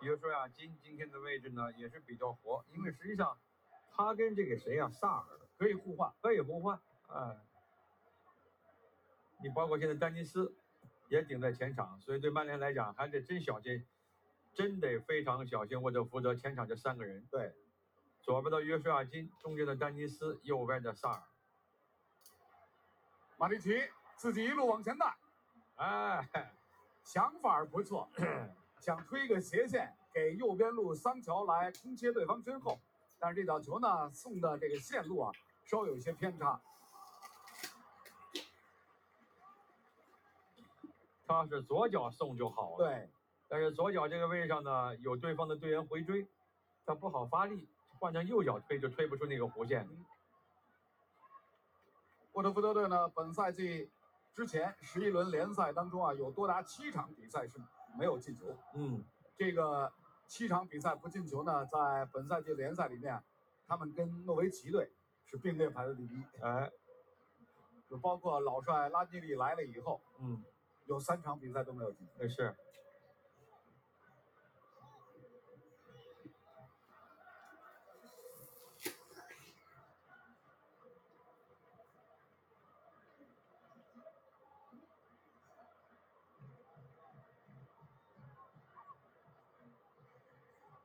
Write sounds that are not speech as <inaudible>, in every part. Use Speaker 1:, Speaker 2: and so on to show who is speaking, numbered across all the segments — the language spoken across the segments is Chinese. Speaker 1: 也就是说呀、今今天的位置呢也是比较活，因为实际上他跟这个谁呀、萨尔可以互换，可以互换，哎，你包括现在丹尼斯也顶在前场，所以对曼联来讲还得真小心，真得非常小心沃特福德前场这三个人，
Speaker 2: 对，
Speaker 1: 左边的约书亚金，中间的丹尼斯，右边的萨尔，
Speaker 2: 马蒂奇自己一路往前带，
Speaker 1: 哎，
Speaker 2: 想法儿不错， <clears throat> 想推个斜线给右边路桑乔来空切对方身后，但是这脚球呢送的这个线路啊稍有一些偏差。
Speaker 1: 他是左脚送就好了。
Speaker 2: 对，
Speaker 1: 但是左脚这个位上呢，有对方的队员回追，他不好发力，换成右脚推就推不出那个弧线。
Speaker 2: 沃特福德队呢本赛季之前十一轮联赛当中啊有多达七场比赛是没有进球，
Speaker 1: 嗯，
Speaker 2: 这个七场比赛不进球呢，在本赛季联赛里面，他们跟诺维奇队是并列排在第一，
Speaker 1: 哎，
Speaker 2: 就包括老帅拉基里来了以后，
Speaker 1: 嗯，
Speaker 2: 有三场比赛都没有进球。
Speaker 1: 那是。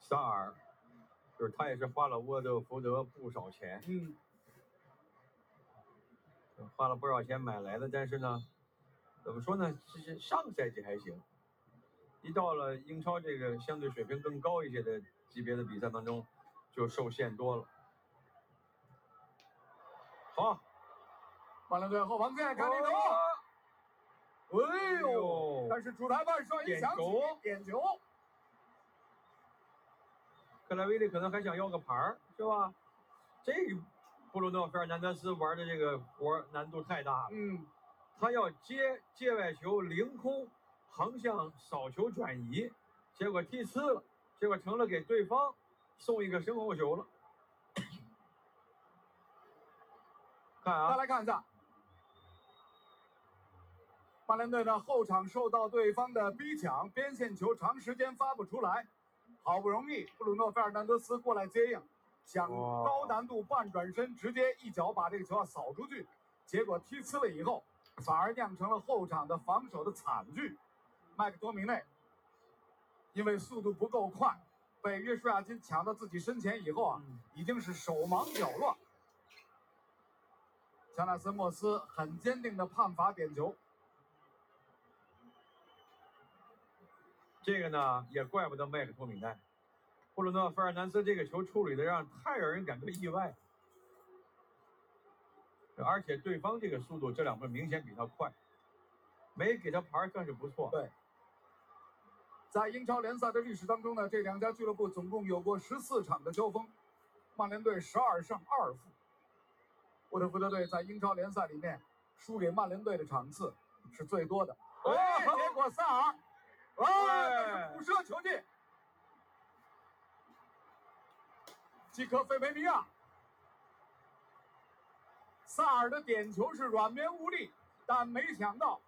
Speaker 1: 萨尔，就是他也是花了沃特福德不少钱，
Speaker 2: 嗯，
Speaker 1: 花了不少钱买来的，但是呢，怎么说呢？其实上赛季还行，一到了英超这个相对水平更高一些的级别的比赛当中，就受限多了。好，
Speaker 2: 曼联队后防线卡里诺，哦哎
Speaker 1: 哎
Speaker 2: 呦！
Speaker 1: 呦，
Speaker 2: 但是主裁判哨音响起
Speaker 1: 点球，
Speaker 2: 点球，
Speaker 1: 克莱维利可能还想要个牌儿，是吧？这布鲁诺·费尔南德斯玩的这个活儿难度太大了，
Speaker 2: 嗯，
Speaker 1: 他要接界外球凌空横向扫球转移，结果踢呲了，结果成了给对方送一个身后球了。看
Speaker 2: 大家
Speaker 1: 啊，
Speaker 2: 来看一下，曼联队呢后场受到对方的逼抢，边线球长时间发不出来，好不容易布鲁诺·费尔南德斯过来接应，想
Speaker 1: 哇
Speaker 2: 高难度半转身直接一脚把这个球啊扫出去，结果踢呲了以后，反而酿成了后场的防守的惨剧。麦克多明内因为速度不够快，被约书亚金抢到自己身前以后啊，
Speaker 1: 嗯
Speaker 2: 已经是手忙脚乱。乔纳森·莫斯很坚定的判罚点球，
Speaker 1: 这个呢也怪不得麦克托米奈，布鲁诺·费尔南斯这个球处理的让太让人感觉意外，而且对方这个速度这两步明显比他快，没给他牌儿算是不错。
Speaker 2: 对，在英超联赛的历史当中呢，这两家俱乐部总共有过十四场的交锋，曼联队十二胜二负，沃特福德队在英超联赛里面输给曼联队的场次是最多的。哎，结果萨尔，哎，这是补射球进，即刻费梅尼亚。萨尔的点球是软绵无力，但没想到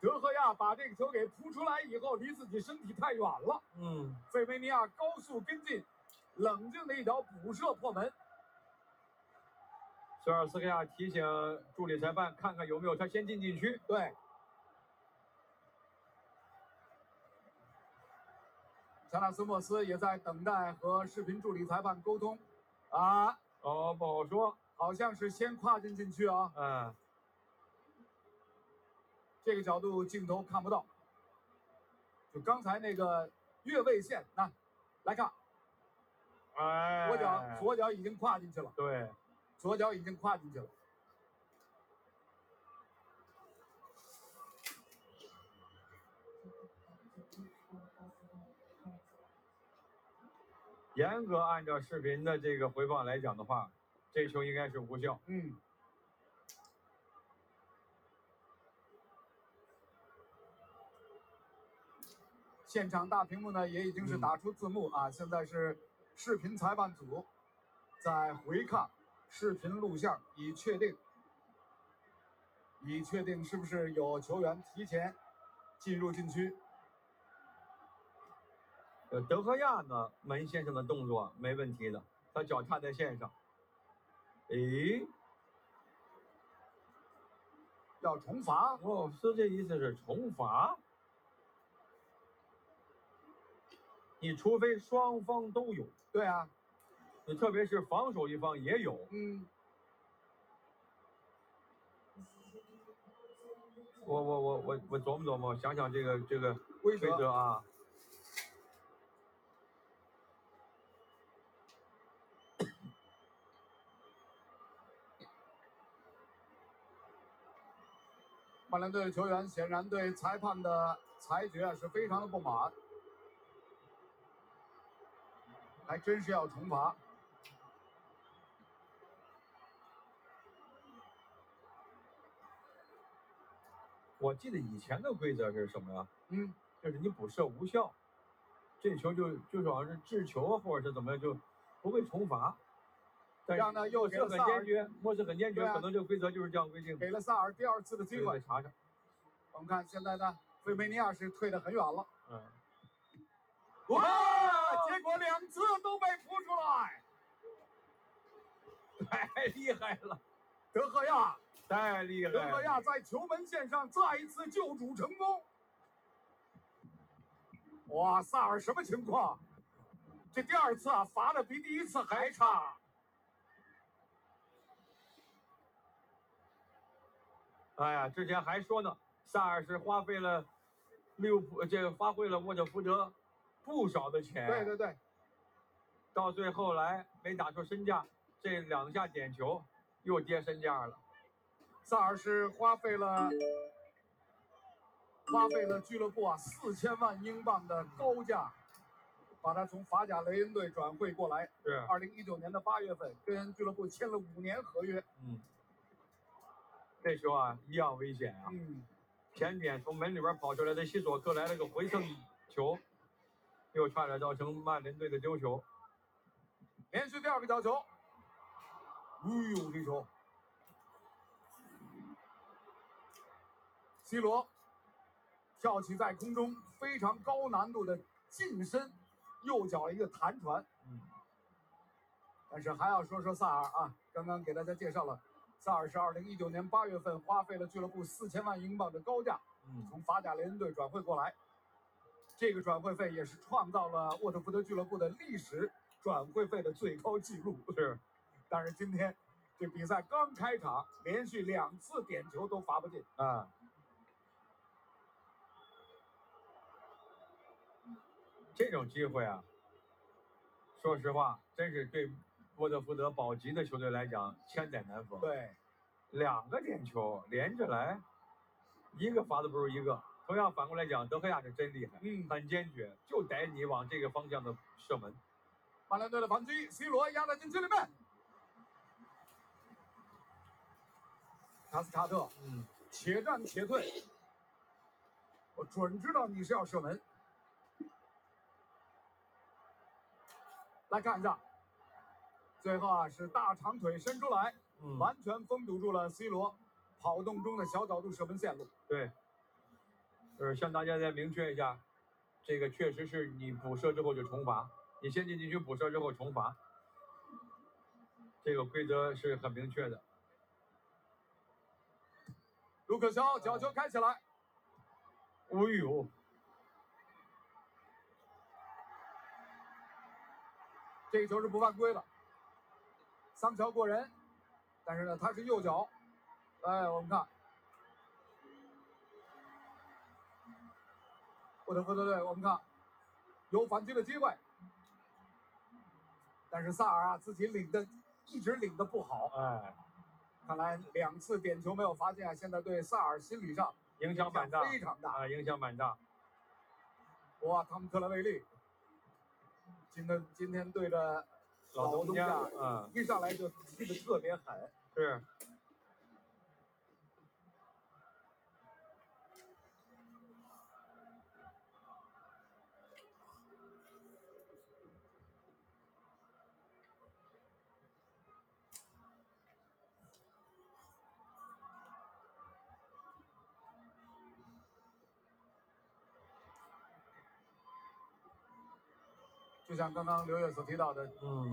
Speaker 2: 德赫亚把这个球给扑出来以后，离自己身体太远了。
Speaker 1: 嗯，
Speaker 2: 费梅尼亚高速跟进，冷静的一脚补射破门。
Speaker 1: 索尔斯克亚提醒助理裁判看看有没有他先进禁区。
Speaker 2: 对，乔纳斯·莫斯也在等待和视频助理裁判沟通。啊，
Speaker 1: 哦，不好说，
Speaker 2: 好像是先跨进禁区啊，
Speaker 1: 嗯，
Speaker 2: 这个角度镜头看不到。就刚才那个越位线，那来看，
Speaker 1: 哎，
Speaker 2: 左脚左脚已经跨进去了。
Speaker 1: 对，
Speaker 2: 左脚已经跨进去了。
Speaker 1: 严格按照视频的这个回放来讲的话，这球应该是无效。
Speaker 2: 嗯，现场大屏幕呢也已经是打出字幕啊，现在是视频裁判组在回看视频录像，以确定以确定是不是有球员提前进入禁区。
Speaker 1: 呃，德赫亚呢，门先生的动作没问题的，他脚踏在线上。诶，
Speaker 2: 要重罚，
Speaker 1: 沃尔夫斯这意思是重罚。你除非双方都有，
Speaker 2: 对啊，
Speaker 1: 你特别是防守一方也有，
Speaker 2: 嗯，
Speaker 1: 我我我我我琢磨琢磨，想想这个这个
Speaker 2: 规
Speaker 1: 规
Speaker 2: 则
Speaker 1: 则啊。
Speaker 2: 曼联队的球员显然对裁判的裁决啊是非常的不满，还真是要重罚。
Speaker 1: 我记得以前的规则是什么呀？
Speaker 2: 嗯，
Speaker 1: 就是你补射无效，这球就就是好像是掷球啊，或者是怎么样，就不会重罚。但
Speaker 2: 让他
Speaker 1: 是
Speaker 2: 又
Speaker 1: 莫
Speaker 2: 给
Speaker 1: 斯
Speaker 2: 了
Speaker 1: 很
Speaker 2: 萨
Speaker 1: 坚
Speaker 2: 尔
Speaker 1: 决，莫斯很坚决，
Speaker 2: 对啊
Speaker 1: 可能这个规则就是这样规定的。
Speaker 2: 给了萨尔第二次的机
Speaker 1: 这个
Speaker 2: 会。
Speaker 1: 查查，
Speaker 2: 我们看现在呢，费梅尼亚是退得很远了。
Speaker 1: 嗯，
Speaker 2: 哇！结果两次都被扑出来，
Speaker 1: <laughs> 太厉害了，
Speaker 2: 德赫亚，
Speaker 1: 太厉害
Speaker 2: 德赫
Speaker 1: 了！
Speaker 2: 亚在球门线上再一次救主成功。哇，萨尔什么情况？这第二次啊，罚的比第一次还差。
Speaker 1: 哎呀，之前还说呢，萨尔是花费了利物浦这个花费了沃特福德不少的钱，
Speaker 2: 对对对，
Speaker 1: 到最后来没打出身价，这两下点球又跌身价了。
Speaker 2: 萨尔是花费了花费了俱乐部啊四千万英镑的高价，把他从法甲雷恩队转会过来。
Speaker 1: 是，
Speaker 2: 二零一九年的八月份跟俱乐部签了五年合约。
Speaker 1: 嗯，这球啊一样危险啊！
Speaker 2: 嗯，
Speaker 1: 前点从门里边跑出来的西索克来了个回蹭球，又差点造成曼联队的丢球。
Speaker 2: 连续第二个角球。哎呦，这球！C 罗跳起在空中，非常高难度的近身右脚一个弹传。
Speaker 1: 嗯，
Speaker 2: 但是还要说说萨尔啊，刚刚给大家介绍了，萨尔是二零一九年八月份花费了俱乐部四千万英镑的高价
Speaker 1: 嗯，
Speaker 2: 从法甲联恩队转会过来。这个转会费也是创造了沃特福德俱乐部的历史转会费的最高纪录。
Speaker 1: 是，
Speaker 2: 但是今天这比赛刚开场，连续两次点球都罚不进。
Speaker 1: 啊，这种机会啊，说实话，真是对沃特福德保级的球队来讲千载难逢。
Speaker 2: 对，
Speaker 1: 两个点球连着来，一个罚的不如一个。同样反过来讲，德赫亚是真厉害，
Speaker 2: 嗯，
Speaker 1: 很坚决，就逮你往这个方向的射门。
Speaker 2: 曼联队的反击，C 罗压到禁区里面，卡斯卡特
Speaker 1: 嗯，
Speaker 2: 且战且退，我准知道你是要射门。来看一下，最后啊是大长腿伸出来，
Speaker 1: 嗯
Speaker 2: 完全封堵住了 C 罗跑动中的小角度射门线路。
Speaker 1: 对，就是向大家再明确一下，这个确实是你补射之后就重罚，你先进禁区补射之后重罚，这个规则是很明确的。
Speaker 2: 卢克肖角球开起来，
Speaker 1: 哎呦，
Speaker 2: 这个球是不犯规的。桑乔过人，但是呢，他是右脚。哎，我们看，沃特福德队，我们看有反击的机会，但是萨尔啊自己领的一直领的不好，
Speaker 1: 哎，
Speaker 2: 看来两次点球没有罚进啊，现在对萨尔心理上
Speaker 1: 影响蛮大
Speaker 2: 非常大。
Speaker 1: 啊，影响蛮大。
Speaker 2: 哇，汤姆特莱维利，今天今天对着
Speaker 1: 老
Speaker 2: 老
Speaker 1: 东
Speaker 2: 东
Speaker 1: 家
Speaker 2: 家，
Speaker 1: 嗯，
Speaker 2: 一上来就踢得特别狠。
Speaker 1: 是。
Speaker 2: 就像刚刚刘烨所提到的，
Speaker 1: 嗯。